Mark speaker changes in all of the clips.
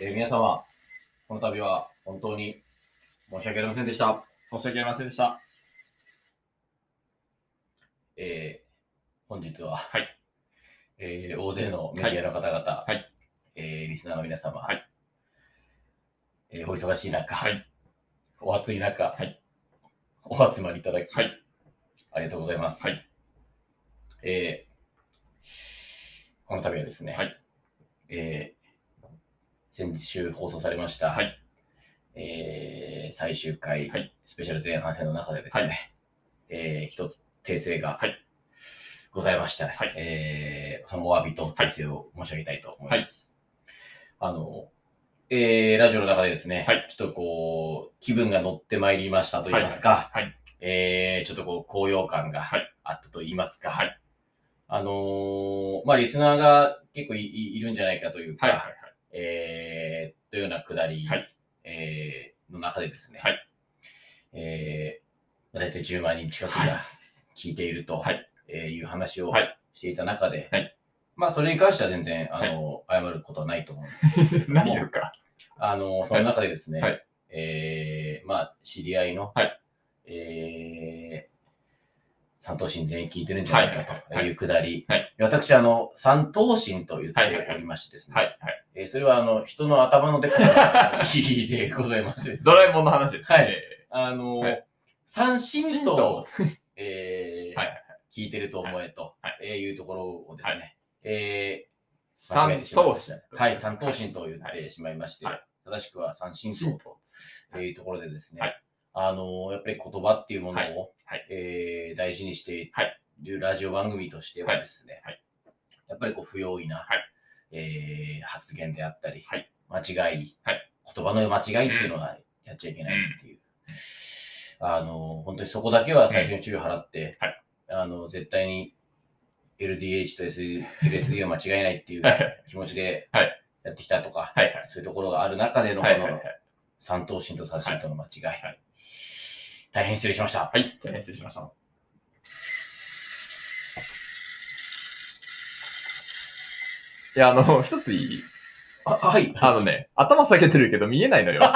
Speaker 1: えー皆様、この度は本当に申し訳ありませんでした。
Speaker 2: 申し訳ありませんでした。
Speaker 1: えー本日は、
Speaker 2: はい
Speaker 1: えー大勢のメディアの方々、
Speaker 2: はい
Speaker 1: えーリスナーの皆様、
Speaker 2: はい
Speaker 1: えーお忙しい中、
Speaker 2: はい。
Speaker 1: お暑い中、
Speaker 2: はい
Speaker 1: お集まりいただき、
Speaker 2: はい。
Speaker 1: ありがとうございます。
Speaker 2: はい
Speaker 1: えーこの度はですね、
Speaker 2: はい
Speaker 1: えー先週放送されました、
Speaker 2: はい
Speaker 1: えー最終回、
Speaker 2: はい
Speaker 1: スペシャル前半戦の中でですね、
Speaker 2: は
Speaker 1: えー一つ訂正が、
Speaker 2: はい
Speaker 1: ございました、
Speaker 2: はい
Speaker 1: えーそのお詫びと訂正を申し上げたいと思います。あのえーラジオの中でですね、
Speaker 2: はい
Speaker 1: ちょっとこう、気分が乗ってまいりましたと言いますか、
Speaker 2: はいはい
Speaker 1: えーちょっとこう、高揚感が
Speaker 2: はい
Speaker 1: あったと言いますか、
Speaker 2: はい
Speaker 1: あのーまあ、リスナーが結構いいいるんじゃないかというか、
Speaker 2: はい。はい。
Speaker 1: えーというようなくだり、
Speaker 2: はい
Speaker 1: えーの中でですね、
Speaker 2: は
Speaker 1: えーまあ大体10万人近くが聞いていると、
Speaker 2: はい
Speaker 1: えーいう話を
Speaker 2: はい
Speaker 1: していた中で、
Speaker 2: はい
Speaker 1: まあ、それに関しては全然、あの謝ることはないと思うんです
Speaker 2: 何言うか。
Speaker 1: あの、その中でですね、
Speaker 2: はい
Speaker 1: えーまあ、知り合いの、
Speaker 2: はい
Speaker 1: えー三頭身全員聞いてるんじゃないかと
Speaker 2: はいはいはい
Speaker 1: いうくだり、
Speaker 2: はい
Speaker 1: 私、あの、三頭身と言っておりましてですね、
Speaker 2: はい。はい。
Speaker 1: えーそれは、あの、人の頭のでこの日でございましてです
Speaker 2: ド
Speaker 1: ね、
Speaker 2: ラえもんの話です。
Speaker 1: はい
Speaker 2: え
Speaker 1: あの、
Speaker 2: はい
Speaker 1: 三
Speaker 2: ー。
Speaker 1: 神
Speaker 2: ヒン
Speaker 1: と
Speaker 2: ト
Speaker 1: えー
Speaker 2: はいはいはい
Speaker 1: 聞いてると思えと、
Speaker 2: はい
Speaker 1: えーいうところをですね、
Speaker 2: は
Speaker 1: えー間違え
Speaker 2: 三
Speaker 1: てしまい
Speaker 2: 等
Speaker 1: まし
Speaker 2: 身。
Speaker 1: たはい、三等身と言
Speaker 2: は
Speaker 1: ってしまいまして、
Speaker 2: は
Speaker 1: 正しくは三神
Speaker 2: 神
Speaker 1: と
Speaker 2: 道
Speaker 1: というところでですね、
Speaker 2: は
Speaker 1: あのーやっぱり言葉っていうものを、
Speaker 2: はいはい
Speaker 1: えー大事にしてい
Speaker 2: は
Speaker 1: るラジオ番組としてはですね、
Speaker 2: はい
Speaker 1: やっぱりこう不用意な、
Speaker 2: はい
Speaker 1: えー発言であったり、
Speaker 2: はい
Speaker 1: 間違い,、
Speaker 2: はい
Speaker 1: 言葉の間違いっていうのはやっちゃいけないっていう、あのー本当にそこだけは最初に注意を払って、
Speaker 2: うんは
Speaker 1: あの絶対に LDH と S- LSD を間違えないっていう
Speaker 2: はいはい
Speaker 1: 気持ちで
Speaker 2: は
Speaker 1: やってきたとか、
Speaker 2: はいはい
Speaker 1: そういうところがある中でのこ
Speaker 2: はいはい
Speaker 1: の
Speaker 2: はい。
Speaker 1: 三等身と三身との間違い。
Speaker 2: はい
Speaker 1: 大変失礼しました。
Speaker 2: はい。大変失礼しました。いや、あの、一ついい。
Speaker 1: あはい。
Speaker 2: あのね、頭下げてるけど見えないのよ。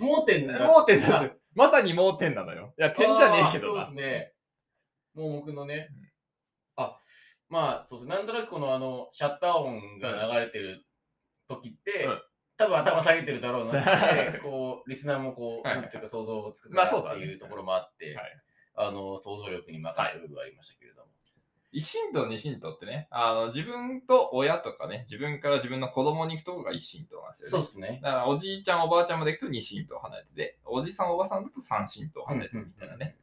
Speaker 1: 盲点な。
Speaker 2: 盲点なの。まさに盲点なのよ。いや、点じゃねえけど
Speaker 1: あー
Speaker 2: な
Speaker 1: そう。ですね。盲目のね。あ、まあ、そうです。なんとなくこのあの、シャッター音が流れてる時って、
Speaker 2: うん
Speaker 1: 多分頭下げてるだろうなって、
Speaker 2: そう
Speaker 1: こう、リスナーもこう、
Speaker 2: はい
Speaker 1: なんていうか想像をつくかな
Speaker 2: まあそう
Speaker 1: っ
Speaker 2: だね
Speaker 1: ていうところもあって、
Speaker 2: はい
Speaker 1: あの、想像力に任せる部分はありましたけれども。
Speaker 2: 一神道二神道ってね、あの自分と親とかね、自分から自分の子供に行くとこが一神道なんですよね。
Speaker 1: そうですね。
Speaker 2: だからおじいちゃんおばあちゃんまで行くと二神道離れてで、おじさんおばさんだと三神道離れてみたいなね。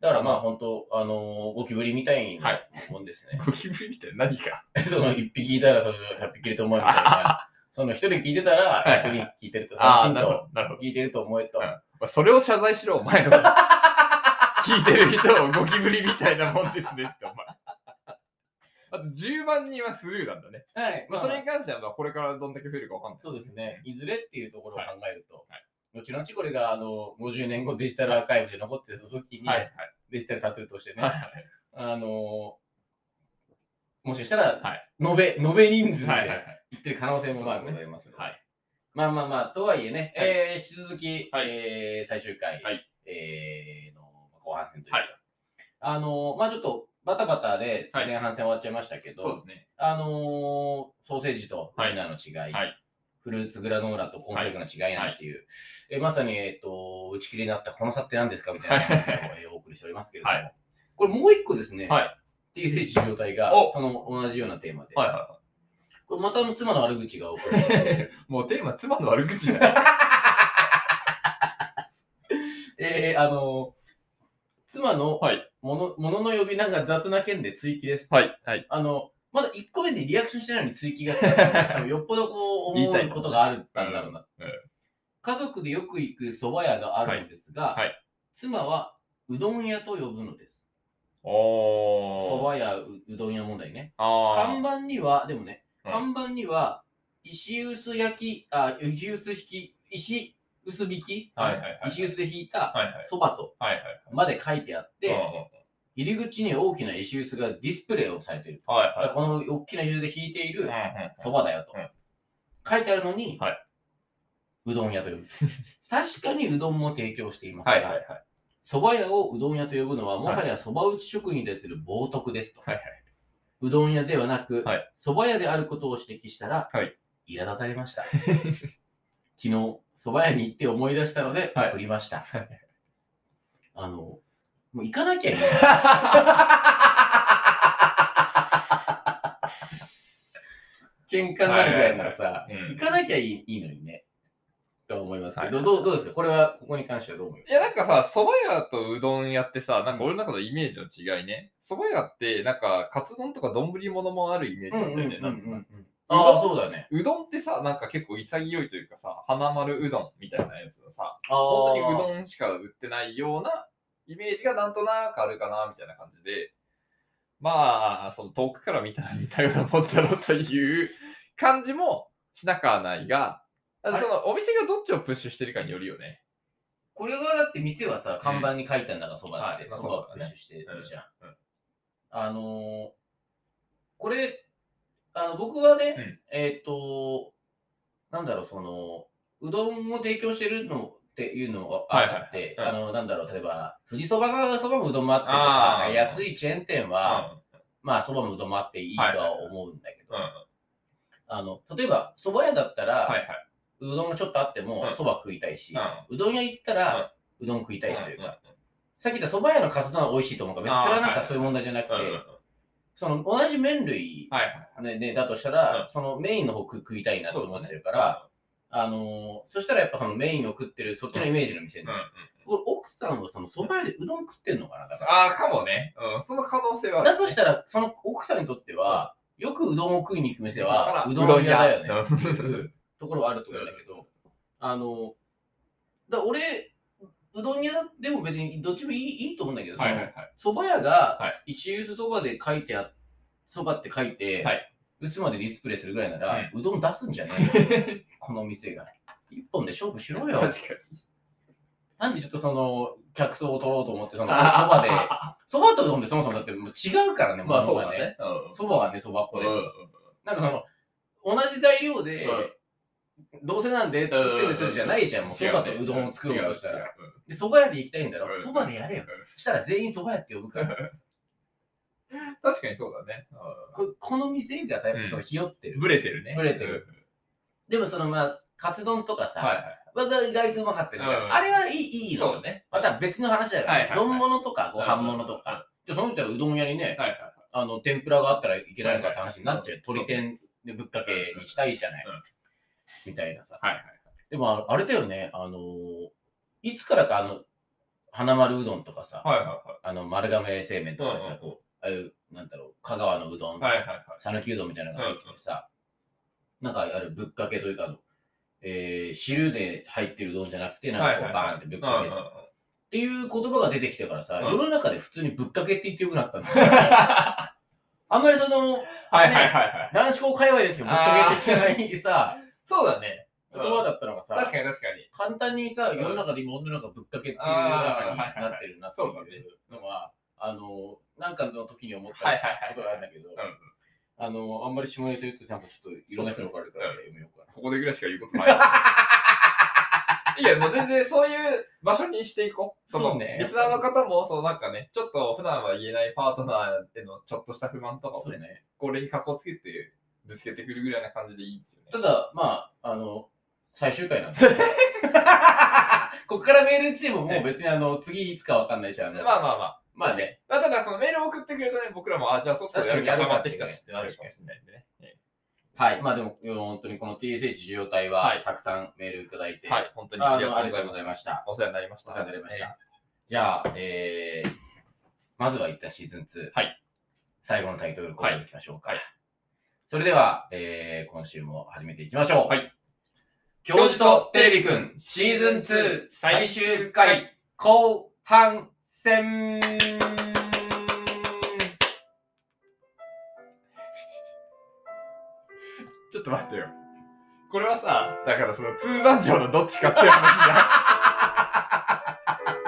Speaker 1: だからまあ本当、あのーゴキブリみたい
Speaker 2: は
Speaker 1: ないもんですね。
Speaker 2: ゴキブリみたいな何か。
Speaker 1: その一匹いたらそれが100匹いると思えみたい な。その一人聞いてたら
Speaker 2: は
Speaker 1: 100
Speaker 2: い
Speaker 1: 人聞いてると、
Speaker 2: ああ、
Speaker 1: 三
Speaker 2: な
Speaker 1: 人
Speaker 2: るほ
Speaker 1: と
Speaker 2: ど。なるほど。
Speaker 1: 聞いてると思えと
Speaker 2: う。んまあそれを謝罪しろ、お前の。聞いてる人をゴキブリみたいなもんですねって、お前。あと10万人はスルーなんだね。
Speaker 1: はい。
Speaker 2: ま
Speaker 1: ま
Speaker 2: あ、
Speaker 1: あそ
Speaker 2: それ
Speaker 1: れ
Speaker 2: に関してはまあこれからどんだけ増えるかわかんない。
Speaker 1: そうですね。いずれっていうところを考えると
Speaker 2: は、
Speaker 1: 後々これがあの50年後デジタルアーカイブで残ってた時に、
Speaker 2: はいはい。
Speaker 1: デジタルタトゥーとしてね、
Speaker 2: はい
Speaker 1: あのーもしかしたら、
Speaker 2: はい
Speaker 1: 延べ、延べ人数で
Speaker 2: はいはいはい。
Speaker 1: いってる可能性もまあございますので
Speaker 2: はい。
Speaker 1: まあまあまあ、とはいえね、
Speaker 2: はい
Speaker 1: えー引き続き、
Speaker 2: はい
Speaker 1: えー最終回、
Speaker 2: はい
Speaker 1: えーの後半戦というか、
Speaker 2: はい
Speaker 1: あのーまあちょっとバタバタで
Speaker 2: はい
Speaker 1: 前半戦終わっちゃいましたけど、
Speaker 2: そうですね。
Speaker 1: あのーソーセージとウインナーの違い、
Speaker 2: はい
Speaker 1: フルーツグラノーラとコーンフレークの違いなんていう、えーまさに、えー、と打ち切りになったこの差って何ですかみたいなのをえーお送りしておりますけれども、
Speaker 2: は
Speaker 1: これもう一個ですね、
Speaker 2: は
Speaker 1: T 政治受容体が
Speaker 2: お
Speaker 1: その同じようなテーマで、
Speaker 2: はいは
Speaker 1: これまたあの妻の悪口が起こる。
Speaker 2: い はい。もうテーマ、妻の悪口じゃない。
Speaker 1: えー、あの妻の
Speaker 2: はい
Speaker 1: もの,、ものの呼び名が雑な件で追記です。
Speaker 2: はいはい。
Speaker 1: あのまだ1個目でリアクションしてないのに追記が来た から多分よっぽどこう
Speaker 2: 言い
Speaker 1: 思
Speaker 2: たいう
Speaker 1: ことがあったんだろうな。
Speaker 2: うんうん
Speaker 1: 家族でよく行く蕎麦屋があるのですが、
Speaker 2: はいは
Speaker 1: 妻はうどん屋と呼ぶのです。蕎
Speaker 2: おー。
Speaker 1: 麦屋ううどん屋問題ね。
Speaker 2: あ
Speaker 1: 看板には、でもね、
Speaker 2: うん
Speaker 1: 看板には石臼焼き、あ、石臼引き、石臼引き、
Speaker 2: はいはいはい
Speaker 1: 石臼で引いた
Speaker 2: ー。はいはい。
Speaker 1: 蕎麦と
Speaker 2: はいはい。
Speaker 1: まで書いてあって、
Speaker 2: うんうん
Speaker 1: 入り口に大きな石臼がディスプレイをされている。
Speaker 2: はい
Speaker 1: だからこの大きな石臼で引いている
Speaker 2: はい。
Speaker 1: そばだよと
Speaker 2: うん。
Speaker 1: 書いてあるのに、
Speaker 2: は
Speaker 1: うどん屋と呼 ぶ。確かにうどんも提供しています
Speaker 2: はいはいは
Speaker 1: が、
Speaker 2: い。
Speaker 1: そば屋をうどん屋と呼ぶのは、もはやそば打ち職人に対する冒涜ですと。
Speaker 2: はいはいう
Speaker 1: どん屋ではなく
Speaker 2: は、
Speaker 1: そば屋であることを指摘したら
Speaker 2: はい、
Speaker 1: 苛立たれま した。昨日、そば屋に行って思い出したので、
Speaker 2: はい
Speaker 1: 送りました。あの、もう行かなきゃいい。喧嘩になるぐらいならさ、
Speaker 2: はいはいはいうん
Speaker 1: 行かなきゃいいいいのにね。と思いますけど、
Speaker 2: はい
Speaker 1: どうどうですかこれは、ここに関してはどう思います
Speaker 2: いやなんかさ、蕎麦屋とうどん屋ってさ、なんか俺の中のイメージの違いね。蕎麦屋って、なんか、カツ丼とか丼物もあるイメージなんだよね。なんか
Speaker 1: ああ、そうだね。
Speaker 2: うどんってさ、なんか結構潔いというかさ、花丸うどんみたいなやつのさ、
Speaker 1: ああ
Speaker 2: 本当にうどんしか売ってないようなイメージがなんとなくあるかなみたいな感じで、まあ、その遠くから見たら似たようなもんだろうという感じもしなくはないが、そ
Speaker 1: はい
Speaker 2: のお店がどっちをプッシュしてるかによるよね。
Speaker 1: これはだって店はさ、看板に書いてあるんだから、そばって、
Speaker 2: はいまあ
Speaker 1: そばを
Speaker 2: そう
Speaker 1: プ
Speaker 2: だね
Speaker 1: ッシュしてるじゃん
Speaker 2: うんうん。
Speaker 1: あのー、これ、あの僕はね、
Speaker 2: うん
Speaker 1: えっ、と、なんだろう、その、うどんを提供してるのっていうのが
Speaker 2: はいはいはい
Speaker 1: あって、
Speaker 2: うん
Speaker 1: あの、なんだろう、例えば、富士そばがそばもうどんもあっ
Speaker 2: あ
Speaker 1: て
Speaker 2: ー
Speaker 1: とか、安いチェーン店は、まあ、そばもうどんもあっていいと
Speaker 2: はいはい
Speaker 1: は
Speaker 2: はい
Speaker 1: 思うんだけど、
Speaker 2: うん。うん。
Speaker 1: あの、例えば、そば屋だったら、
Speaker 2: はいはい。
Speaker 1: うどんがちょっとあって
Speaker 2: う
Speaker 1: も、
Speaker 2: ん
Speaker 1: そば食いたいし、
Speaker 2: うん
Speaker 1: うどん屋行ったら、うどん食いたいしというか、さっき言った蕎麦屋のカツ丼は美味しいと思うから、別に
Speaker 2: あー
Speaker 1: それはなん
Speaker 2: はい
Speaker 1: か
Speaker 2: はい
Speaker 1: そういう問題じゃなくて、
Speaker 2: うんうんうん
Speaker 1: その同じ麺類、
Speaker 2: はいは
Speaker 1: ね
Speaker 2: い。
Speaker 1: ね、だとしたら、そのメインの方食食いたいなと思ってるから、あのーそしたらやっぱそのメインを食ってる、そっちのイメージの店
Speaker 2: う
Speaker 1: に、
Speaker 2: んうんうん
Speaker 1: これ奥さんはその蕎麦屋でうどん食ってんのかなだか
Speaker 2: ああ、かもね。うん。その可能性は
Speaker 1: ら。
Speaker 2: ある
Speaker 1: だとしたら、その奥さんにとっては、よくうどんを食いに行く店は、う
Speaker 2: だ
Speaker 1: ど
Speaker 2: から
Speaker 1: ん屋だよね。
Speaker 2: うどん屋
Speaker 1: っていうところはあると思うんだけど、あの、だから俺、うどん屋でも別にどっちもいいいいと思うんだけど、そ
Speaker 2: は
Speaker 1: の
Speaker 2: いはいはい。
Speaker 1: そば屋が
Speaker 2: は
Speaker 1: 石臼そばで書いてあそばって書いて、
Speaker 2: は
Speaker 1: 薄までディスプレイするぐらいなら、うどん出すんじゃない のこの店が。一本で勝負しろよ。
Speaker 2: 確かに。
Speaker 1: なんでちょっとその、客層を取ろうと思って、そのそばで、
Speaker 2: あ
Speaker 1: そばとうどんってそもそもだってもう違うからね、
Speaker 2: ーまあ
Speaker 1: も
Speaker 2: そう
Speaker 1: のが
Speaker 2: だ。ね。うん
Speaker 1: そばはね、そばっ子で。
Speaker 2: うん
Speaker 1: なんかその、同じ材料で、
Speaker 2: うん
Speaker 1: どうせなんで作ってるんですよじゃないじゃん、もうそばとうどんを作ろうとしたら。。で、そば屋で行きたいんだろ。そばでやれよ。。したら全員そば屋って呼ぶから。
Speaker 2: 確かにそうだね。
Speaker 1: ここの店がさ、やっぱそのひよってる。
Speaker 2: ブレてるね。
Speaker 1: ブレてる。でもそのまあ、カツ丼とかさ、
Speaker 2: はい
Speaker 1: は意外とうまかったですから、
Speaker 2: うん
Speaker 1: あれはいいい
Speaker 2: は
Speaker 1: い
Speaker 2: い。
Speaker 1: のよ。
Speaker 2: ね。
Speaker 1: また別の話だから、
Speaker 2: はいはいはい
Speaker 1: 丼物とかご飯物とか、じゃあその人はうどん屋にね、
Speaker 2: はいはい。
Speaker 1: あの天ぷらがあったらいけないのかって話になっちゃう。
Speaker 2: はいはい
Speaker 1: 鶏天でぶっかけにしたいじゃない、
Speaker 2: うん
Speaker 1: みたいなさ。
Speaker 2: はいはい。
Speaker 1: でもあのあれだよね、あのいつからかあの、花丸うどんとかさ、
Speaker 2: はいは
Speaker 1: あの丸亀製麺とかさ、
Speaker 2: うんうん
Speaker 1: こう、ああいう、なんだろう、香川のうどん
Speaker 2: い。はいはいはい。
Speaker 1: 讃岐うどんみたいなのが入っててさ、なんかあるぶっかけというかあの、えー汁で入ってるうどんじゃなくて、なんかこうバーンってぶっかけるっていう言葉が出てきたからさ、
Speaker 2: うん
Speaker 1: 世の中で普通にぶっかけって言ってよくなったんだよ。あんまりその、
Speaker 2: はいはいはい。
Speaker 1: 男子校界隈ですけど、ぶっかけって言ってないさ、
Speaker 2: そうだね。
Speaker 1: 言葉だったのがさ、
Speaker 2: 確かに確かに。
Speaker 1: 簡単にさ、
Speaker 2: ん
Speaker 1: 世の中で今女の子がぶっかけっていう
Speaker 2: あー
Speaker 1: 中になってるなってい
Speaker 2: はいはいはいう
Speaker 1: のは、あの、なんかの時に思っ
Speaker 2: はい
Speaker 1: た
Speaker 2: はいはい
Speaker 1: ことがあるんだけど、
Speaker 2: うん
Speaker 1: あの、あんまり下ネタ言うと、なんかちょっといろんな人に怒られるから
Speaker 2: そう
Speaker 1: やめようかな。
Speaker 2: ここでぐらいしか言うことない。 いや、もう全然そういう場所にしていこう。その
Speaker 1: そうね
Speaker 2: リスナーの方も、そうなんかね、ちょっと普段は言えないパートナーへのちょっとした不満とかを
Speaker 1: そう
Speaker 2: ね、
Speaker 1: ね。
Speaker 2: これに格好つけてぶつけてくるぐらいな感じでいいんですよね。
Speaker 1: ただ、まあ、あの、最終回なん で。ここからメール来ても、もう別にあの、次いつかわかんないし、あ
Speaker 2: ま
Speaker 1: の、
Speaker 2: あまあまあ。
Speaker 1: まあね。
Speaker 2: まあ、ただそのメールを送ってくれるとね、僕らも、あ、じゃあそろそろやる気
Speaker 1: 確かに
Speaker 2: 固まってきたしって
Speaker 1: や
Speaker 2: な
Speaker 1: る
Speaker 2: る
Speaker 1: 気
Speaker 2: かもしれないんでね。え
Speaker 1: はい。まあでも、本当にこの TSH 受容体は、
Speaker 2: はい
Speaker 1: たくさんメールいただいて、
Speaker 2: えはい、本当に
Speaker 1: あの
Speaker 2: あ
Speaker 1: あ
Speaker 2: り
Speaker 1: りがと
Speaker 2: がとう
Speaker 1: う
Speaker 2: ご
Speaker 1: ご
Speaker 2: ざ
Speaker 1: ざい
Speaker 2: いま
Speaker 1: ま
Speaker 2: し
Speaker 1: したた。
Speaker 2: お世話になりまし
Speaker 1: お
Speaker 2: た。
Speaker 1: 世話になりまし
Speaker 2: え
Speaker 1: た。じゃあ、えー、まずは一旦シーズン2。
Speaker 2: はい。
Speaker 1: 最後のタイトルコールいきましょうか。
Speaker 2: はいは
Speaker 1: それでは、えー、今週も始めていきましょう。
Speaker 2: はい。
Speaker 1: 教授とテレビくん、シーズン2最終回後半戦
Speaker 2: え。ちょっと待ってよ。これはさ、だからその通番上のどっちかっていう話じゃん。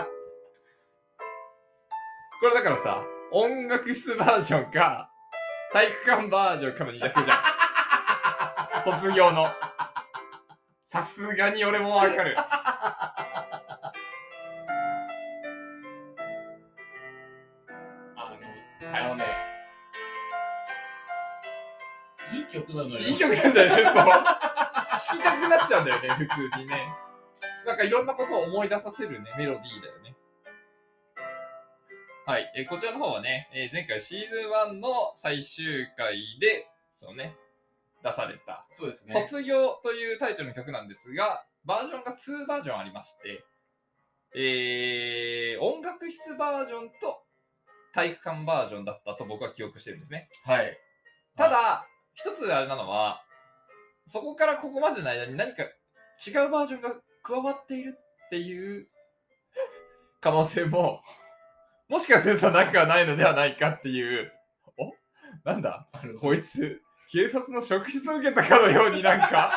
Speaker 2: これだからさ、音楽室バージョンか、体育館バージョンかの二択じゃ ん。卒業の。さすがに俺もわかる。
Speaker 1: あの、
Speaker 2: はい
Speaker 1: あのね、いい曲なのよ。
Speaker 2: いい曲なんだよね、そう。聴きたくなっちゃうんだよね、普通にね。なんかいろんなことを思い出させるね、メロディーだよね。はい、えーこちらの方はね、えー前回シーズン1の最終回で、そうね、出された、
Speaker 1: そうですね。
Speaker 2: 卒業というタイトルの曲なんですが、バージョンが2バージョンありまして、えー音楽室バージョンと体育館バージョンだったと僕は記憶してるんですね。
Speaker 1: はい。
Speaker 2: ただ、一つあれなのは、そこからここまでの間に何か違うバージョンが加わっているっていう可能性も、もしかするとなくはないのではないかっていう、おなんだ
Speaker 1: あの、
Speaker 2: こいつ、警察の職質を受けたかのようになんか、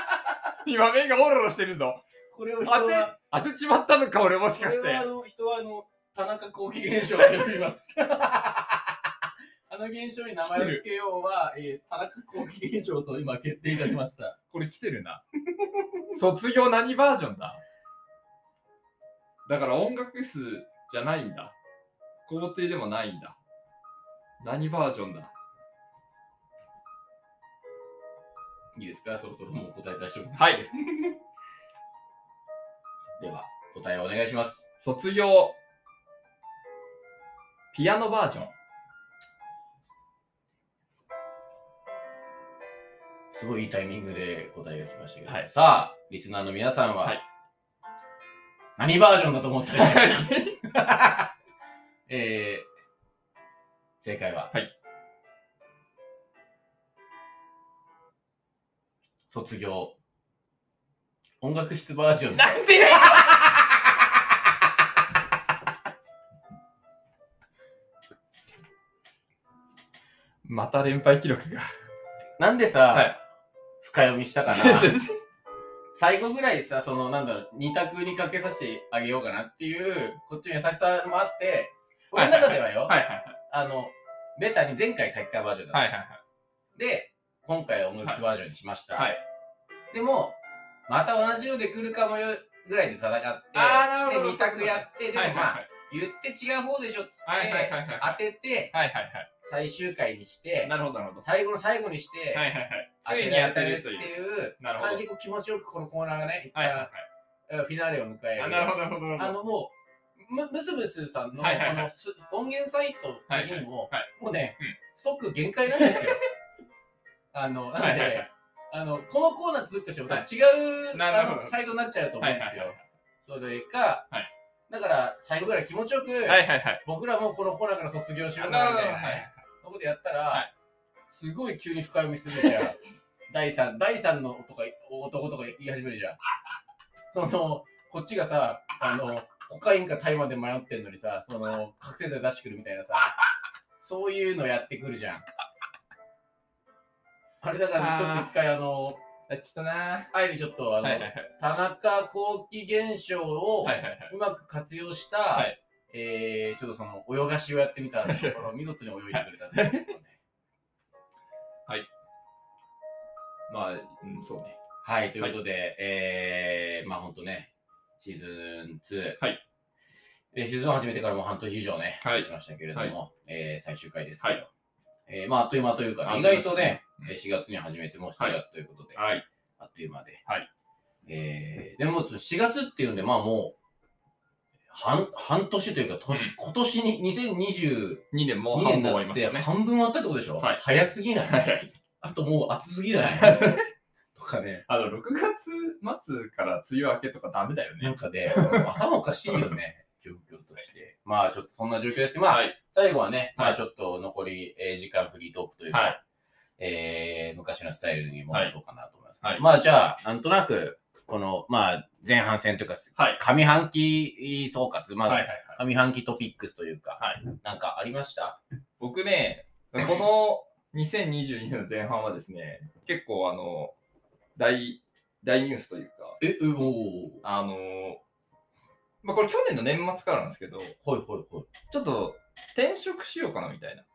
Speaker 2: 今目がオロオロしてるぞ。
Speaker 1: これを
Speaker 2: 当
Speaker 1: 人
Speaker 2: て
Speaker 1: は、、
Speaker 2: 当てちまったのか俺もしかし
Speaker 1: これはあ
Speaker 2: て。
Speaker 1: の人はあの田中後期現象と呼び ます。あの現象に名前を付けようは、えー、田中後期現象と今決定いたしました。
Speaker 2: これ来てるな。 卒業何バージョンだだから音楽室じゃないんだ。校庭でもないんだ。何バージョンだ
Speaker 1: いいですかそろそろもう答え出してもらっ
Speaker 2: はい。
Speaker 1: てでは、答えをお願いします。
Speaker 2: 卒業。ピアノバージョン。
Speaker 1: すごいいいタイミングで答えが来ましたけど、
Speaker 2: はい
Speaker 1: さあ、リスナーの皆さんは、
Speaker 2: はい
Speaker 1: 何バージョンだと思ったでしょうか えー、正解は、
Speaker 2: はい
Speaker 1: 卒業音楽室バージョンです
Speaker 2: なんでだよ また連敗記録 が。
Speaker 1: なんでさ、
Speaker 2: はい
Speaker 1: 深読みしたかな
Speaker 2: 先生
Speaker 1: 最後ぐらいさそのなんだろう二択にかけさせてあげようかなっていうこっちの優しさもあって俺の中ではよ、
Speaker 2: はいはい
Speaker 1: あのベタに前回体育館バージョンだった
Speaker 2: はい。はいはい
Speaker 1: で、今回は音楽バージョンにしました。
Speaker 2: はいはい
Speaker 1: でも、また同じので来るかもよぐらいで戦って、
Speaker 2: あーなるほど
Speaker 1: で、2作やって、でも
Speaker 2: はい。はい
Speaker 1: まあ、言って違う方でしょっつって、
Speaker 2: はいはいはいはい
Speaker 1: 当てて、
Speaker 2: はいはいはい。
Speaker 1: 最終回にして、
Speaker 2: なるほど、なるほど。
Speaker 1: 最後の最後にして、
Speaker 2: はいはいはい。
Speaker 1: 当
Speaker 2: つい
Speaker 1: て
Speaker 2: に
Speaker 1: ら
Speaker 2: や
Speaker 1: れ
Speaker 2: って
Speaker 1: て
Speaker 2: る
Speaker 1: る
Speaker 2: という。
Speaker 1: っていう
Speaker 2: なるほど
Speaker 1: 感じでこう気持ちよくこのコーナーがね、一
Speaker 2: はいはい
Speaker 1: 旦えーフィナーレを迎え
Speaker 2: はい。あ
Speaker 1: る。
Speaker 2: なるほど、なるほど。
Speaker 1: あのもう、むむすむすさんのこ
Speaker 2: はいはいはい
Speaker 1: のす音源サイト的にも
Speaker 2: はいは、
Speaker 1: もうね
Speaker 2: うん、
Speaker 1: ストック限界なんですよ。 あの、な
Speaker 2: は
Speaker 1: ん
Speaker 2: いはいは
Speaker 1: で
Speaker 2: い、
Speaker 1: あの、このコーナー続くとしても、多分違う
Speaker 2: なるほ
Speaker 1: あ
Speaker 2: ど
Speaker 1: のサイトになっちゃうと思うんですよ
Speaker 2: はいはい。
Speaker 1: それか
Speaker 2: はい、
Speaker 1: だから最後ぐらい気持ちよく、
Speaker 2: はいはいはい。
Speaker 1: 僕らもこのコーナーから卒業しよう
Speaker 2: な
Speaker 1: かみたい
Speaker 2: るほどは
Speaker 1: ないね、そこでやった
Speaker 2: は
Speaker 1: ら、すごい急に深読みするじ ゃん。第三第三のとか男とか言い始めるじゃん。その、こっちがさ、あの、コカインか大麻で迷ってんのにさ、その、覚醒剤出してくるみたいなさ、そういうのやってくるじゃん。あれだから、ちょっと一回あの、
Speaker 2: はい。ちょっとな
Speaker 1: あえてちょっとあ
Speaker 2: は
Speaker 1: の、
Speaker 2: いはいはい。
Speaker 1: 田中後期現象を、
Speaker 2: はいはいはい。
Speaker 1: うまく活用した、
Speaker 2: はい
Speaker 1: えーちょっとその泳がしをやってみたところ、見事に泳いでくれたっていうこ とですよね。
Speaker 2: まあ、うん、そうね。
Speaker 1: はい、ということで、えーまあ本当ね、シーズン2。
Speaker 2: はい
Speaker 1: えーシーズン1始めてからもう半年以上ね、
Speaker 2: はい
Speaker 1: 経ちましたけれども、えー最終回ですけど、
Speaker 2: は
Speaker 1: えーまああっという間というかね、
Speaker 2: あ
Speaker 1: 意
Speaker 2: っという間
Speaker 1: 外とね、
Speaker 2: うん
Speaker 1: 4月に始めてもう7月ということで、
Speaker 2: はい。
Speaker 1: あっという間で。
Speaker 2: はい
Speaker 1: えーでも4月っていうんで、まあもう、半半年というか年、今年に2020、
Speaker 2: 2年もう
Speaker 1: 2
Speaker 2: 半
Speaker 1: 年
Speaker 2: 分終わり
Speaker 1: なっ
Speaker 2: ましてたね。
Speaker 1: 半分終わったってことでしょ、
Speaker 2: はい
Speaker 1: 早すぎな
Speaker 2: はい
Speaker 1: い
Speaker 2: はい。
Speaker 1: あともう暑すぎない とかね。
Speaker 2: あの、6月末から梅雨明けとかダメだよ
Speaker 1: な
Speaker 2: ね。
Speaker 1: んかで、頭おかしいよね、 状況として。まあちょっとそんな状況ですけど、まあ、
Speaker 2: はい。
Speaker 1: 最後はね、ま
Speaker 2: は
Speaker 1: あ
Speaker 2: い
Speaker 1: ちょっと残り、えー時間フリートークというか、
Speaker 2: はい
Speaker 1: えー昔のスタイルに戻そうかなと思います。
Speaker 2: はい
Speaker 1: まあじゃあ、なんとなく、この、まあ前半戦というか、
Speaker 2: はい
Speaker 1: 上半期総括、まあ、
Speaker 2: はいはいはい。
Speaker 1: 上半期トピックスというか、
Speaker 2: はい
Speaker 1: なんかありました
Speaker 2: 僕ね、この2022の前半はですね、結構あの、大、大ニュースというか、
Speaker 1: え、うお
Speaker 2: あの、まあ、これ去年の年末からなんですけど、
Speaker 1: はいはいはい。
Speaker 2: ちょっと転職しようかなみたいな。っ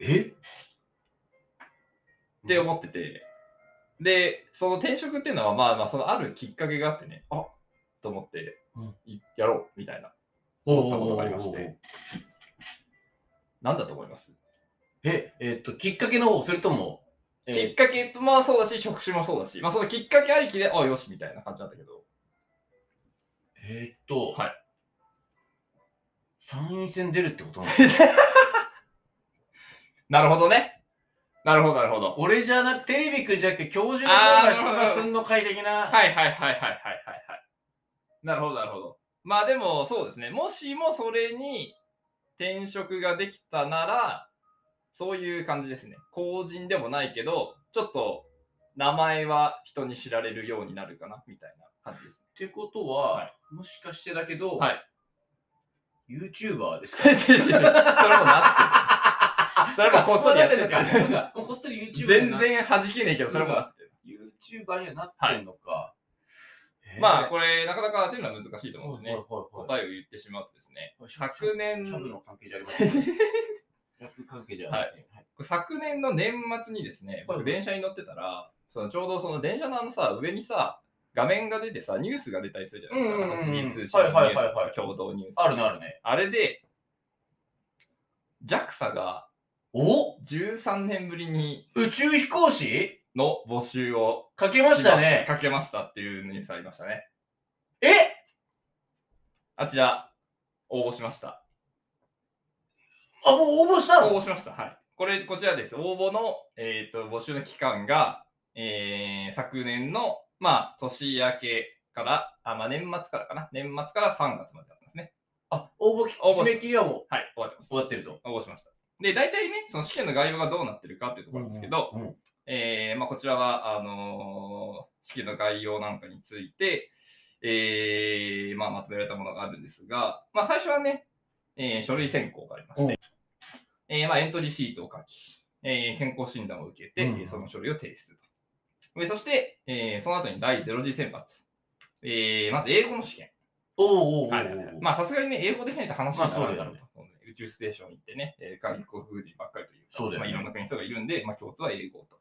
Speaker 1: え
Speaker 2: て思ってて。で、その転職っていうのは、まあまあ、そのあるきっかけがあってね、あと思って、
Speaker 1: うん
Speaker 2: いやろうみたいな、思ったことがありまして。なんだと思います
Speaker 1: え、えっと、きっかけの方、それとも、え
Speaker 2: きっかけもまあそうだし、職種もそうだし、まあそのきっかけありきで、あよしみたいな感じなんだ けど、
Speaker 1: えーっと、
Speaker 2: はい
Speaker 1: 参院選出るってことなの
Speaker 2: なるほどね。なるほど、なるほど。
Speaker 1: 俺じゃなくテレビくんじゃなくて教授の
Speaker 2: あ
Speaker 1: 方
Speaker 2: ー
Speaker 1: が出馬すんの会的な。
Speaker 2: はいはいはいはいはいはいはい。なるほど、なるほど。まあでもそうですね、もしもそれに転職ができたなら、そういう感じですね。公人でもないけど、ちょっと名前は人に知られるようになるかな、みたいな感じです
Speaker 1: ってことは、
Speaker 2: は
Speaker 1: もしかしてだけど、
Speaker 2: はい
Speaker 1: ユー YouTuber ですか
Speaker 2: ね。 それもなってる。それもこっそりやって
Speaker 1: る
Speaker 2: る
Speaker 1: のか。そうか もうこっそり YouTuber に
Speaker 2: 全
Speaker 1: な
Speaker 2: 然弾けねえけど、それもなってる。
Speaker 1: YouTuber にはなってんのか。えー
Speaker 2: まあ、これ、なかなか当てるのは難しいと思
Speaker 1: ほ
Speaker 2: う
Speaker 1: い
Speaker 2: んでね。
Speaker 1: ほいほい
Speaker 2: 答えを言ってしまうとです ね、昨
Speaker 1: 昨
Speaker 2: 年
Speaker 1: 年シャブの関係じゃありません。シャブ関係じゃありません。はい
Speaker 2: 昨年の年末にですね、僕
Speaker 1: はいはい
Speaker 2: 電車に乗ってたら、そのちょうどその電車のあのさ、上にさ、画面が出てさ、ニュースが出たりするじゃないですか。
Speaker 1: うんうんうん
Speaker 2: なんか時事通信のニ
Speaker 1: はい
Speaker 2: ュー
Speaker 1: はいはい
Speaker 2: ス
Speaker 1: はい
Speaker 2: とか共同ニュース。
Speaker 1: あるね、あるね。
Speaker 2: あれで、JAXA が
Speaker 1: お
Speaker 2: 13年ぶりに
Speaker 1: 宇宙飛行士
Speaker 2: の募集を
Speaker 1: かけましたね。
Speaker 2: かけましたっていうニュースありましたね。
Speaker 1: え
Speaker 2: あちら、応募しました。
Speaker 1: あ、もう応募した
Speaker 2: 応
Speaker 1: の
Speaker 2: 募しました。はい。これ、こちらです。応募の、えー、と募集の期間が、えー昨年の、まあ、年明けから、あまあ、年末からかな。年末から3月までだったんですね。
Speaker 1: あ、応募き
Speaker 2: 応募し
Speaker 1: 締め切りはも
Speaker 2: はい、終わってま
Speaker 1: う
Speaker 2: す。
Speaker 1: 終わってると。
Speaker 2: 応募しました。で、大体ね、その試験の概要がどうなってるかっていうところなんですけど、
Speaker 1: うんうん
Speaker 2: えーまあ、こちらは、あのー試験の概要なんかについて、えーまあ、まとめられたものがあるんですが、まあ、最初はね、えー書類選考がありまして、えーまあ、エントリーシートを書き、えー健康診断を受けて、
Speaker 1: うん
Speaker 2: その書類を提出と。でそして、えーその後に第0次選抜。えーまず英語の試験。
Speaker 1: おうおうおうおう
Speaker 2: はいはいはいまあさすがにね、英語できないと話にならないだろう
Speaker 1: まあそうだよね
Speaker 2: と。宇宙ステーション行ってね、えー外国人ばっかりというか
Speaker 1: そうだよね
Speaker 2: まあ、いろんな国の人がいるんで、まあ、共通は英語と。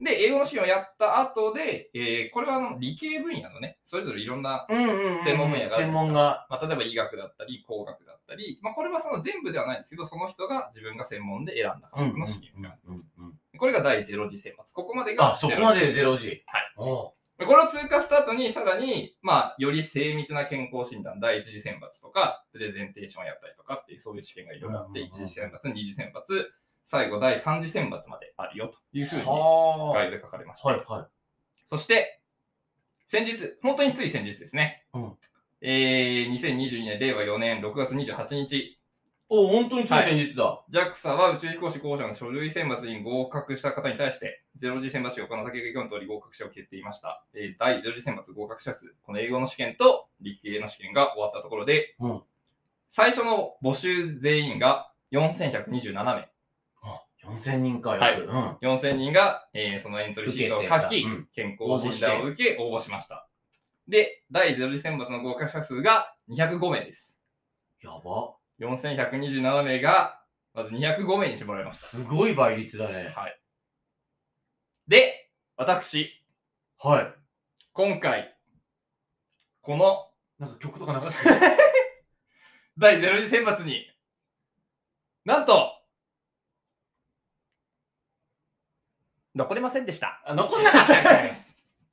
Speaker 2: で、英語の試験をやった後で、えーこれはあの理系分野のね、それぞれいろんな、
Speaker 1: うんうんうんうん
Speaker 2: 専門分野があるんで
Speaker 1: 専
Speaker 2: すか
Speaker 1: 門が。
Speaker 2: まあ、例えば医学だったり、工学だったり、まあ、これはその全部ではないんですけど、その人が自分が専門で選んだ科目の試験が。これが第0次選抜。ここまでが
Speaker 1: あ、そこまでで0時。
Speaker 2: はい。
Speaker 1: おう
Speaker 2: これを通過した後に、さらに、まあ、より精密な健康診断、第一次選抜とか、プレゼンテーションやったりとかっていう、そういう試験がいろいろあって、
Speaker 1: うんうん
Speaker 2: 一
Speaker 1: うん
Speaker 2: 次選抜、二次選抜、最後、第三次選抜まであるよというふうに、
Speaker 1: は
Speaker 2: ガイドで書かれまし
Speaker 1: あ。
Speaker 2: た。
Speaker 1: はいはい。
Speaker 2: そして、先日、本当につい先日ですね。
Speaker 1: うん
Speaker 2: えー、2022年、令和4年6月28日、
Speaker 1: おう本当につい先日だ。
Speaker 2: JAXA は宇宙飛行士候補者の書類選抜に合格した方に対して、ゼロ次選抜試を行う竹が4通り合格者を決定いました。えー第ゼロ次選抜合格者数、この英語の試験と理系の試験が終わったところで、
Speaker 1: うん
Speaker 2: 最初の募集全員が4127名、
Speaker 1: あ、4000人かよ。
Speaker 2: はい
Speaker 1: うん。
Speaker 2: 4000人が、えーそのエントリーシートを書
Speaker 1: 受け
Speaker 2: き、
Speaker 1: てうん
Speaker 2: 健康診断を受け応募しました。で、第ゼロ次選抜の合格者数が205名です。
Speaker 1: やば。
Speaker 2: 4127名が、まず205名に絞られました。
Speaker 1: すごい倍率だね。
Speaker 2: はい。で、私、
Speaker 1: はい。
Speaker 2: 今回、この
Speaker 1: なんか曲とかなかったっけ
Speaker 2: 第0次選抜に、なんと、残れませんでした。
Speaker 1: あ、残んなかったんかい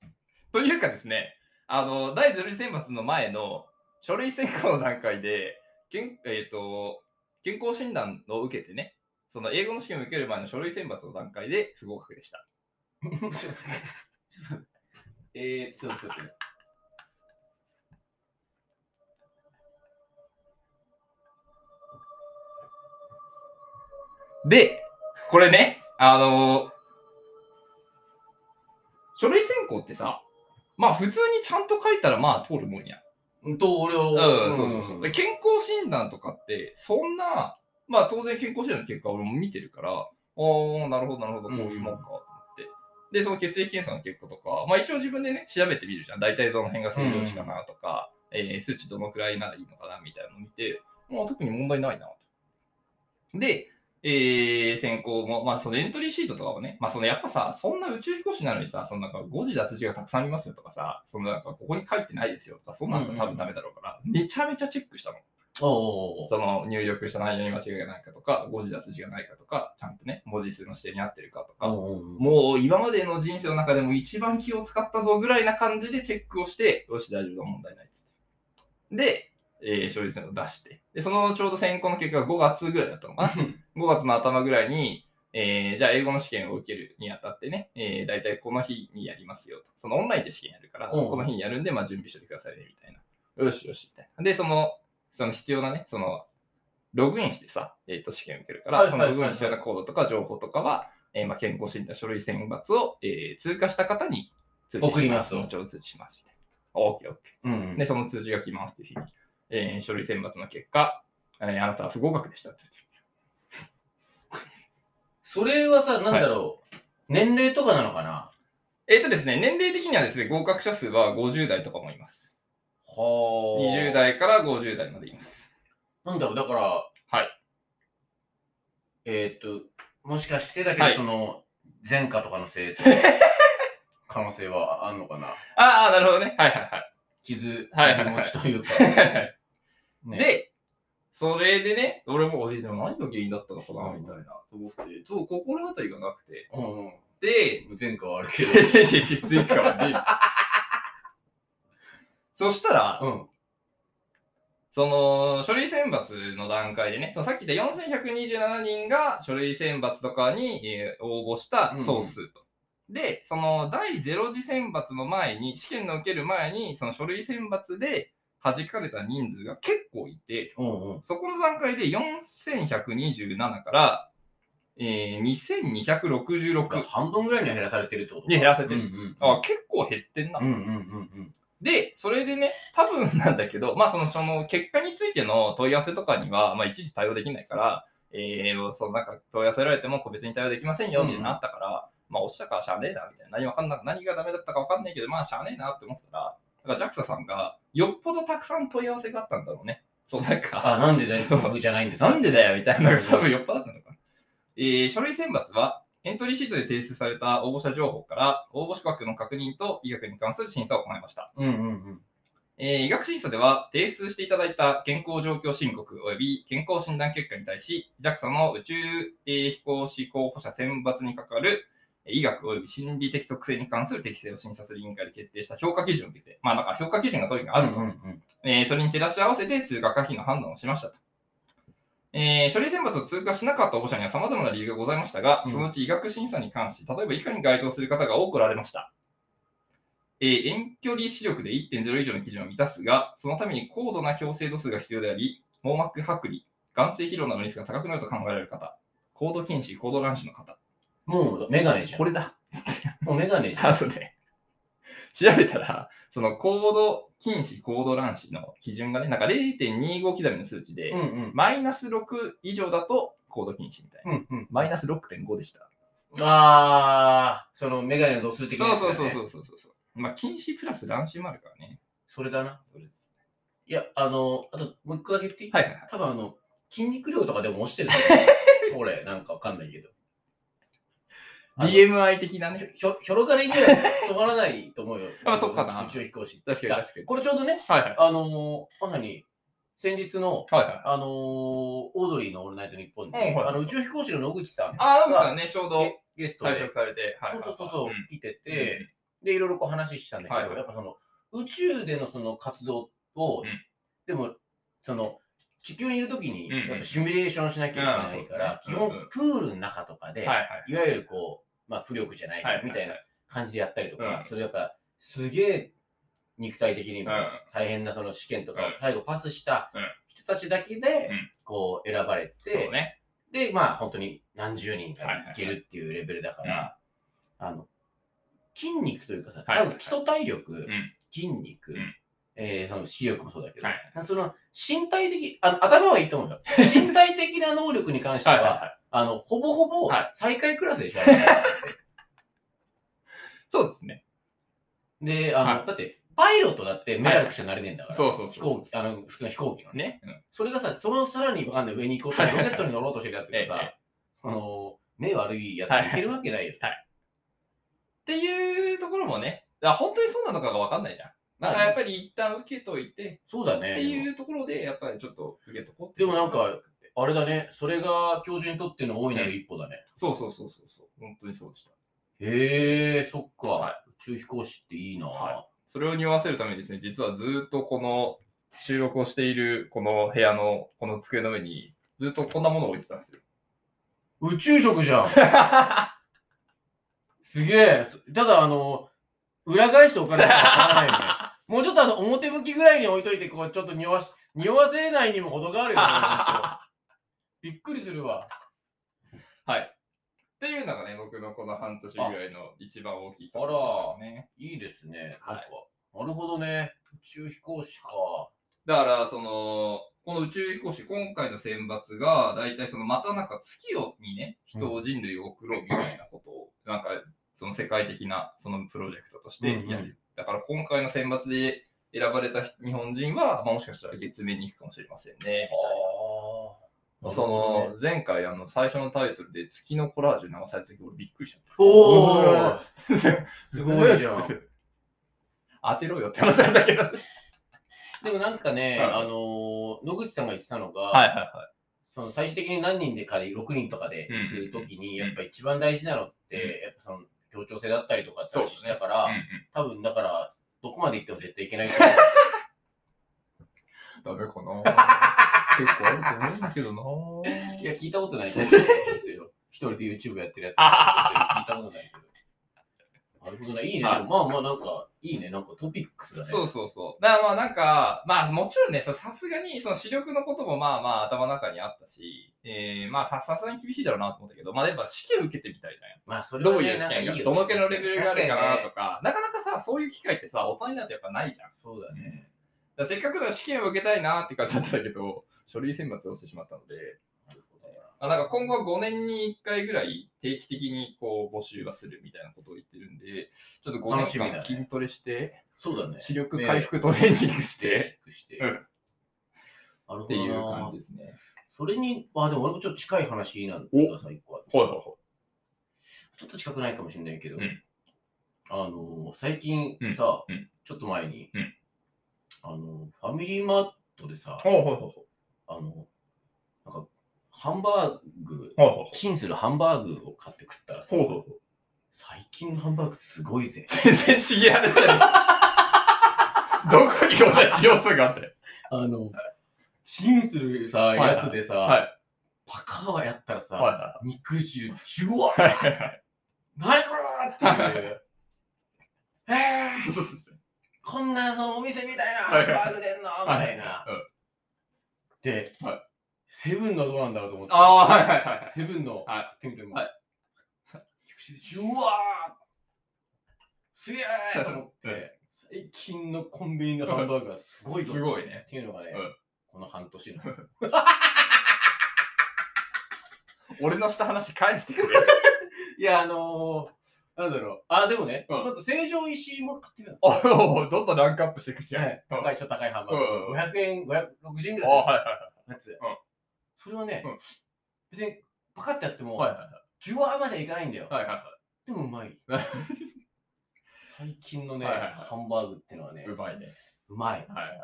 Speaker 2: というかですね、あの、第0次選抜の前の書類選考の段階で、健えー、と健康診断を受けてね、その英語の試験を受ける前の書類選抜の段階で不合格でした。
Speaker 1: えー、ちょっとちょっと待って。
Speaker 2: で、これね、あのー書類選考ってさ、まあ普通にちゃんと書いたらまあ通るもんや。
Speaker 1: うんと、俺を。
Speaker 2: うん、そうそうそう。で
Speaker 1: え
Speaker 2: 健康診断とかって、そんな、まあ当然健康診断の結果俺も見てるから、おー、なるほどなるほど、こういうもんかと思って。で、その血液検査の結果とか、まあ一応自分でね、調べてみるじゃん。大体どの辺が正常値かなとか、えー数値どのくらいならいいのかなみたいなのを見て、もう特に問題ないなと。で、えー選考も、まあ、そのエントリーシートとかもね、まあ、そのやっぱさ、そんな宇宙飛行士なのにさ、そのなんか誤字脱字がたくさんありますよとかさ、そのなんかここに書いてないですよとか、そんなんだったら多分ダメだろうから、めちゃめちゃチェックしたの。
Speaker 1: おー
Speaker 2: その入力した内容に間違いがないかとか、誤字脱字がないかとか、ちゃんとね、文字数の指定に合ってるかとか、
Speaker 1: おー
Speaker 2: もう今までの人生の中でも一番気を使ったぞぐらいな感じでチェックをして、よし、大丈夫だ、問題ないっつって。で、えー、勝率を出してで、そのちょうど選考の結果が5月ぐらいだったのかな。5月の頭ぐらいに、えーじゃあ英語の試験を受けるにあたってね、えー、大体この日にやりますよと。そのオンラインで試験やるから、
Speaker 1: うん
Speaker 2: この日にやるんで、まあ、準備しててくださいね、みたいな。よしよし、みたいな。で、その、その必要なね、その、ログインしてさ、えっ、と、試験受けるから、
Speaker 1: はいは
Speaker 2: そ
Speaker 1: い
Speaker 2: の
Speaker 1: はい
Speaker 2: ログインしたようなコードとか情報とかは、えーまあ、健康診断書類選抜を、えー通過した方に通
Speaker 1: 送ります
Speaker 2: し後ほど通知します、みたいな。オーケーオーケー。
Speaker 1: うん
Speaker 2: で、その通知が来ますっていう日に、えー書類選抜の結果、えーあなたは不合格でしたって言って。
Speaker 1: それはさ、なんだろう、年齢とかなのかな
Speaker 2: えっ、とですね、年齢的にはですね、合格者数は50代とかもいます。
Speaker 1: は
Speaker 2: 20。代から50代までいます。
Speaker 1: なんだろう、だから、
Speaker 2: はい。
Speaker 1: えーっと、もしかしてだけど、
Speaker 2: はい
Speaker 1: その、前科とかのせ い可能性はあんのかな
Speaker 2: ああ、なるほどね。はいはい
Speaker 1: 傷、
Speaker 2: はいはいはい
Speaker 1: 傷持ちというか。
Speaker 2: はい。
Speaker 1: ね
Speaker 2: で、それでね、俺も、えでも何が原因だったのかな、
Speaker 1: うん
Speaker 2: みたいな、と思って、ちょっと心当たりがなくて。
Speaker 1: うんうん、
Speaker 2: で、
Speaker 1: 前科はあるけ
Speaker 2: 静
Speaker 1: ど。
Speaker 2: かはね。そしたら、
Speaker 1: うん。
Speaker 2: その書類選抜の段階でね、そのさっき言った4127人が書類選抜とかに、えー応募した総数と。で、その第0次選抜の前に、試験の受ける前に、その書類選抜で弾かれた人数が結構いて、
Speaker 1: うんうん。
Speaker 2: そこの段階で4127から、えー、2266
Speaker 1: だから半分ぐらいには減らされてるってことか
Speaker 2: に減らせてるん
Speaker 1: う
Speaker 2: で
Speaker 1: んうん
Speaker 2: あ、結構減ってんな
Speaker 1: うん。うんうん
Speaker 2: で、それでね、多分なんだけど、まあその、その結果についての問い合わせとかには、まあいちいち対応できないから、えー、そのなんか問い合わせられても個別に対応できませんよ、みたいなのあったから、まあおっしゃからしゃあねえな、みたいな。何わかんな何がダメだったかわかんないけど、まあしゃあねえなって思ってたら、だから JAXA さんが、よっぽどたくさん問い合わせがあったんだろうね。そう、なんか、
Speaker 1: あ、なんで大丈夫じゃないんですか
Speaker 2: なんでだよみたいなのが多分酔っ払ったのかな。えー書類選抜は、エントリーシートで提出された応募者情報から、応募資格の確認と医学に関する審査を行いました。
Speaker 1: うんうんうん。
Speaker 2: えー医学審査では、提出していただいた健康状況申告及び健康診断結果に対し、JAXA の宇宙えー飛行士候補者選抜に関わるえー医学及び心理的特性に関する適性を審査する委員会で決定した評価基準を受けて、まあなんか評価基準がとにかくあると。
Speaker 1: うんうん
Speaker 2: えーそれに照らし合わせて通過可否の判断をしましたと。えー書類選抜を通過しなかった応募者には様々な理由がございましたが、
Speaker 1: うん
Speaker 2: そのうち医学審査に関し、例えば以下に該当する方が多くおられました。えー遠距離視力で1.0以上の基準を満たすが、そのために高度な矯正度数が必要であり、網膜剥離、眼性疲労などのリスクが高くなると考えられる方、高度近視、高度乱視の方。
Speaker 1: もうメガネじゃん。
Speaker 2: れだ。
Speaker 1: もうメガネじゃん。
Speaker 2: あとね、調べたら、その高度近視、高度乱視の基準がね、なんか0.25刻みの数値で、
Speaker 1: うんうん。
Speaker 2: マイナス6以上だと高度禁止みたいな。
Speaker 1: うんうん。
Speaker 2: マイナス6.5でした。
Speaker 1: あー、そのメガネの度数的な
Speaker 2: そう
Speaker 1: やつだよ
Speaker 2: そう
Speaker 1: ね
Speaker 2: そうそうそうそう。まあ、禁止プラス乱視もあるからね。
Speaker 1: それだな。
Speaker 2: それです
Speaker 1: いや、あの、あともう一個だけ言っていい、
Speaker 2: はいはいはい。
Speaker 1: 多分あの、筋肉量とかでも落ちてる。 これ、なんかわかんないけど。あの
Speaker 2: BMI 的なね。。
Speaker 1: ひょひょろがれには止まらないと 思うよ
Speaker 2: あそっかな
Speaker 1: 宇宙飛行士って。
Speaker 2: 確かに確かに。
Speaker 1: これちょうどね、
Speaker 2: はいはい。
Speaker 1: あのーまさに、先日の、
Speaker 2: はいはい。
Speaker 1: あのーオードリーのオールナイトニッポンで、
Speaker 2: うんはい
Speaker 1: あの宇宙飛行士の野口さん
Speaker 2: ああ、奥さんね、ちょうど
Speaker 1: ゲゲスト
Speaker 2: 退
Speaker 1: で
Speaker 2: 職、されて。はい
Speaker 1: そ
Speaker 2: は
Speaker 1: うそ
Speaker 2: い
Speaker 1: うそう
Speaker 2: は
Speaker 1: そう来
Speaker 2: い、
Speaker 1: て
Speaker 2: うん
Speaker 1: て、で、いろいろこう話したんだけど、
Speaker 2: はいはい
Speaker 1: やっぱその、宇宙でのその活動を、
Speaker 2: うん
Speaker 1: でも、その、地球にいるときに、
Speaker 2: うんうん
Speaker 1: やっぱシミュレーションしなきゃいけないから、
Speaker 2: うん
Speaker 1: 基
Speaker 2: うん
Speaker 1: 本、プールの中とかで、
Speaker 2: はいはい
Speaker 1: いわゆるこう、まあ、浮力じゃないけど
Speaker 2: はいはい
Speaker 1: みたいな感じでやったりと
Speaker 2: うん
Speaker 1: か、それやっぱ、すげえ肉体的にも
Speaker 2: うん
Speaker 1: 大変なその試験とか
Speaker 2: う
Speaker 1: を
Speaker 2: ん
Speaker 1: 最後パスした
Speaker 2: うん
Speaker 1: 人たちだけで
Speaker 2: うん、
Speaker 1: こう、選ばれ
Speaker 2: そう
Speaker 1: て、
Speaker 2: ね。
Speaker 1: で、まあ、本当に何十人か
Speaker 2: はいはいはい
Speaker 1: いけるっていうレベルだか
Speaker 2: う
Speaker 1: ら、あの、筋肉というかさ、
Speaker 2: はいはい
Speaker 1: 多分基礎体力
Speaker 2: ん、
Speaker 1: 筋肉
Speaker 2: うん、
Speaker 1: えーその視力もそうだけど
Speaker 2: はい、
Speaker 1: その身体的、あ頭はいいと思う よ。身体的な能力に関して
Speaker 2: はいはい
Speaker 1: は、
Speaker 2: はい。
Speaker 1: あの、ほぼほぼ
Speaker 2: はい
Speaker 1: 最下位クラスでしょ。
Speaker 2: そうですね。
Speaker 1: で、あの、
Speaker 2: は
Speaker 1: だって、パイロットだって目悪くしちゃなれねえんだから。
Speaker 2: そうそうそう
Speaker 1: 飛行機、あの、普通の飛行機のね。
Speaker 2: ね。うん
Speaker 1: それがさ、そのさらにわかんない上に行こうとして、ロケットに乗ろうとしてるやつが
Speaker 2: え
Speaker 1: さ、あの、目悪いやつ
Speaker 2: はい
Speaker 1: いけるわけないよ。
Speaker 2: っていうところもね、だから本当にそうなのかが分かんないじゃん。なんかやっぱり一旦受けといて、
Speaker 1: そうだ
Speaker 2: ってい
Speaker 1: ね。
Speaker 2: うところで、やっぱりちょっと受けとこうって
Speaker 1: でもなんか、あれだね、それが教授にとっての大いなる一歩だね。
Speaker 2: そうそうそうそうそう、本当にそうでした。
Speaker 1: へえ、そっか。
Speaker 2: は
Speaker 1: 宇宙飛行士っていいな、
Speaker 2: はそれを匂わせるためにですね、実はずーっとこの収録をしているこの部屋のこの机の上に、ずっとこんなものを置いてたんで すよ。
Speaker 1: 宇宙食じゃんすげえ。そただ、あの、裏返しておかないとわからないよ ね。もうちょっとあの、表向きぐらいに置いといて、こう、ちょっと匂わし、匂わせないにも程があるよね ほんと。びっくりするわ。
Speaker 2: っていうのがね、僕のこの半年ぐらいの一番大きいところでしたね。
Speaker 1: いいですね。
Speaker 2: は
Speaker 1: な
Speaker 2: い
Speaker 1: んか、なるほどね。宇宙飛行士か。
Speaker 2: だから、その、この宇宙飛行士、今回の選抜が、大体その、またなんか月をにね、人を人類を送ろうみたいなことを、なんか、その世界的な、そのプロジェクトとしてやる。
Speaker 1: うんうん
Speaker 2: だから、今回の選抜で選ばれた人日本人は、まあ、もしかしたら月面に行くかもしれませんね、みたいな。
Speaker 1: はあ。
Speaker 2: その前回あの最初のタイトルで月のコラージュ流された時俺びっくりしちゃった。
Speaker 1: お ー
Speaker 2: す
Speaker 1: すごいじゃん。
Speaker 2: 当てろよって話なんだけど。はい
Speaker 1: でもなんかね、
Speaker 2: うん
Speaker 1: あの野口さんが言ってたのが、
Speaker 2: はいは
Speaker 1: その最終的に何人で仮6人とかで
Speaker 2: うん
Speaker 1: 行くときに、
Speaker 2: うん
Speaker 1: やっぱ一番大事なのって、やっぱその協調性だったりとかって話してたから、
Speaker 2: い。うんうん
Speaker 1: 多分だから、どこまで行っても絶対いけない
Speaker 2: ダメかな 結構あると思うんだけどない
Speaker 1: や、聞いたことないですよ。一人で YouTube やってるやつ聞いたことないけど。なるほどね、いいね。で
Speaker 2: はい
Speaker 1: もまあまあ、なんか、いいね。なんかトピックスだね。
Speaker 2: そうそうそう。だからまあなんか、まあもちろんね、ささすがにその視力のこともまあまあ頭の中にあったし、えー、まあささすがに厳しいだろうなと思ったけど、まあやっぱ試験受けてみたいじゃん。
Speaker 1: まあ、それ
Speaker 2: ど
Speaker 1: は
Speaker 2: う
Speaker 1: ね、
Speaker 2: いう試
Speaker 1: なんかい
Speaker 2: 験
Speaker 1: い
Speaker 2: が、
Speaker 1: よね
Speaker 2: どのけのレベルがあるかなと
Speaker 1: 確
Speaker 2: か、なかなかさ、そういう機会ってさ、大人になるとやっぱないじゃん。
Speaker 1: そうだ
Speaker 2: う
Speaker 1: ね。
Speaker 2: んだからせっかくの試験を受けたいなって感じだったけど、書類選抜をしてしまったので、
Speaker 1: なるほどね
Speaker 2: あなんか今後5年に1回ぐらい定期的にこう募集はするみたいなことを言ってるんで、ちょっと5
Speaker 1: 楽しみだ
Speaker 2: 年
Speaker 1: ね
Speaker 2: 間筋トレして、
Speaker 1: そうだね。
Speaker 2: 視力回復トレーニングして、
Speaker 1: チェックして。
Speaker 2: うん
Speaker 1: なるほどな
Speaker 2: っていう感じですね。
Speaker 1: それに、まあでも俺もちょっと近い話なんだけどさ、一個あって
Speaker 2: ほいほいほ
Speaker 1: ちょっと近くないかもしれないけど、
Speaker 2: うん
Speaker 1: あのー最近さ、
Speaker 2: うんうん
Speaker 1: ちょっと前に、
Speaker 2: うん
Speaker 1: あのーファミリーマートでさ、
Speaker 2: い。ほいほいほいほい
Speaker 1: あのなんかハンバーグ、
Speaker 2: ほいほいほい
Speaker 1: チンするハンバーグを買って食ったらさ、
Speaker 2: ほうほうほ
Speaker 1: 最近のハンバーグすごいぜ。
Speaker 2: 全然ちげえ話だね。 どこに同じ要素があって。
Speaker 1: あの、 チンするさ、
Speaker 2: いはい
Speaker 1: やつでさ、
Speaker 2: はい
Speaker 1: パカーやったらさ、
Speaker 2: はいは
Speaker 1: 肉汁ジュワ
Speaker 2: いは
Speaker 1: ー
Speaker 2: いはい。
Speaker 1: 何これーってい う。えーこんなそのお店みたいなハンバーグ出んのみたいな。で、
Speaker 2: はい
Speaker 1: セブンのどうなんだろうと 思って。
Speaker 2: ああ、はいはいはい。
Speaker 1: セブンの
Speaker 2: はい
Speaker 1: 買ってみても。
Speaker 2: は
Speaker 1: ジュワーすげえと思って、最近のコンビニのハンバーグはすごいぞ。
Speaker 2: すごいね。
Speaker 1: っていうのがね
Speaker 2: うん、
Speaker 1: この半年の。
Speaker 2: 俺のした話返してくれ。
Speaker 1: いや、あのー、なんだろう。あ、でもね、
Speaker 2: うん
Speaker 1: まず成城石井も買ってみたの。
Speaker 2: おお、どんどんランクアップしていくじゃん。
Speaker 1: はい
Speaker 2: うん
Speaker 1: 高い、ちょっと高いハンバー
Speaker 2: うん
Speaker 1: グ。500円、560円ぐらい
Speaker 2: ああ、
Speaker 1: の
Speaker 2: はいはい
Speaker 1: やつ。
Speaker 2: ん
Speaker 1: それはね
Speaker 2: うん、
Speaker 1: 別にパカってやっても、
Speaker 2: はい。
Speaker 1: ジュワーまではいかないんだよ。
Speaker 2: はいはいは
Speaker 1: でもうま い。最近のね、
Speaker 2: はいはいはい
Speaker 1: ハンバーグってのはね
Speaker 2: い。、うまいね。
Speaker 1: うまい。
Speaker 2: はいはい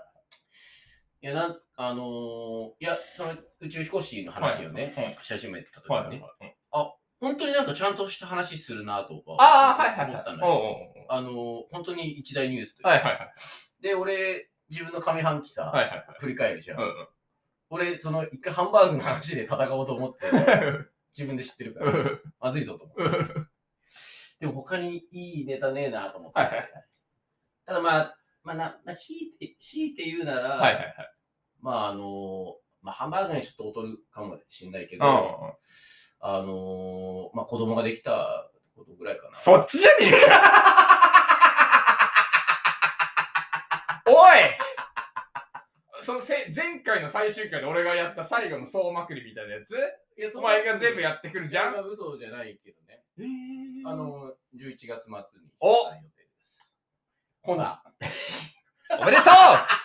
Speaker 1: いや、なんあのー、いや、その宇宙飛行士の話をね、
Speaker 2: はいはい
Speaker 1: し始めてた時
Speaker 2: はい
Speaker 1: に
Speaker 2: はい
Speaker 1: ね、
Speaker 2: はい。うん
Speaker 1: 本当になんかちゃんとした話するなとか
Speaker 2: ああ、はいはい
Speaker 1: 思
Speaker 2: はい
Speaker 1: った。
Speaker 2: おうお
Speaker 1: のよ。
Speaker 2: うおう
Speaker 1: あのー、本当に一大ニュースというか
Speaker 2: はいはいはい。
Speaker 1: で、俺、自分の上半期さ、
Speaker 2: はいはい
Speaker 1: 振り返るじゃん。
Speaker 2: はい。
Speaker 1: 俺、その一回ハンバーグの話で戦おうと思 って、自分で知ってるか
Speaker 2: うんう
Speaker 1: ら、
Speaker 2: ん
Speaker 1: まずいぞと思って。
Speaker 2: うんうん
Speaker 1: でも他にいいネタねえなと思って。
Speaker 2: はいはいはい
Speaker 1: ただまあ、まあな、まあ、強いて、強いて言うなら、
Speaker 2: はいはいはい。
Speaker 1: まああの、まあハンバーグにちょっと劣るかもしれないけ
Speaker 2: う
Speaker 1: ど、
Speaker 2: ん
Speaker 1: あのまあ子供ができたことぐらいかな。
Speaker 2: そっちじゃねえかおいそのせ前回の最終回で俺がやった最後の総まくりみたいなやつ
Speaker 1: いやそ
Speaker 2: お
Speaker 1: んな
Speaker 2: 前が全部やってくるじゃ
Speaker 1: そ
Speaker 2: ん
Speaker 1: れは嘘じゃないけどね。
Speaker 2: えー
Speaker 1: あの、11月末に
Speaker 2: お
Speaker 1: 予定です。コナー。
Speaker 2: おめでとう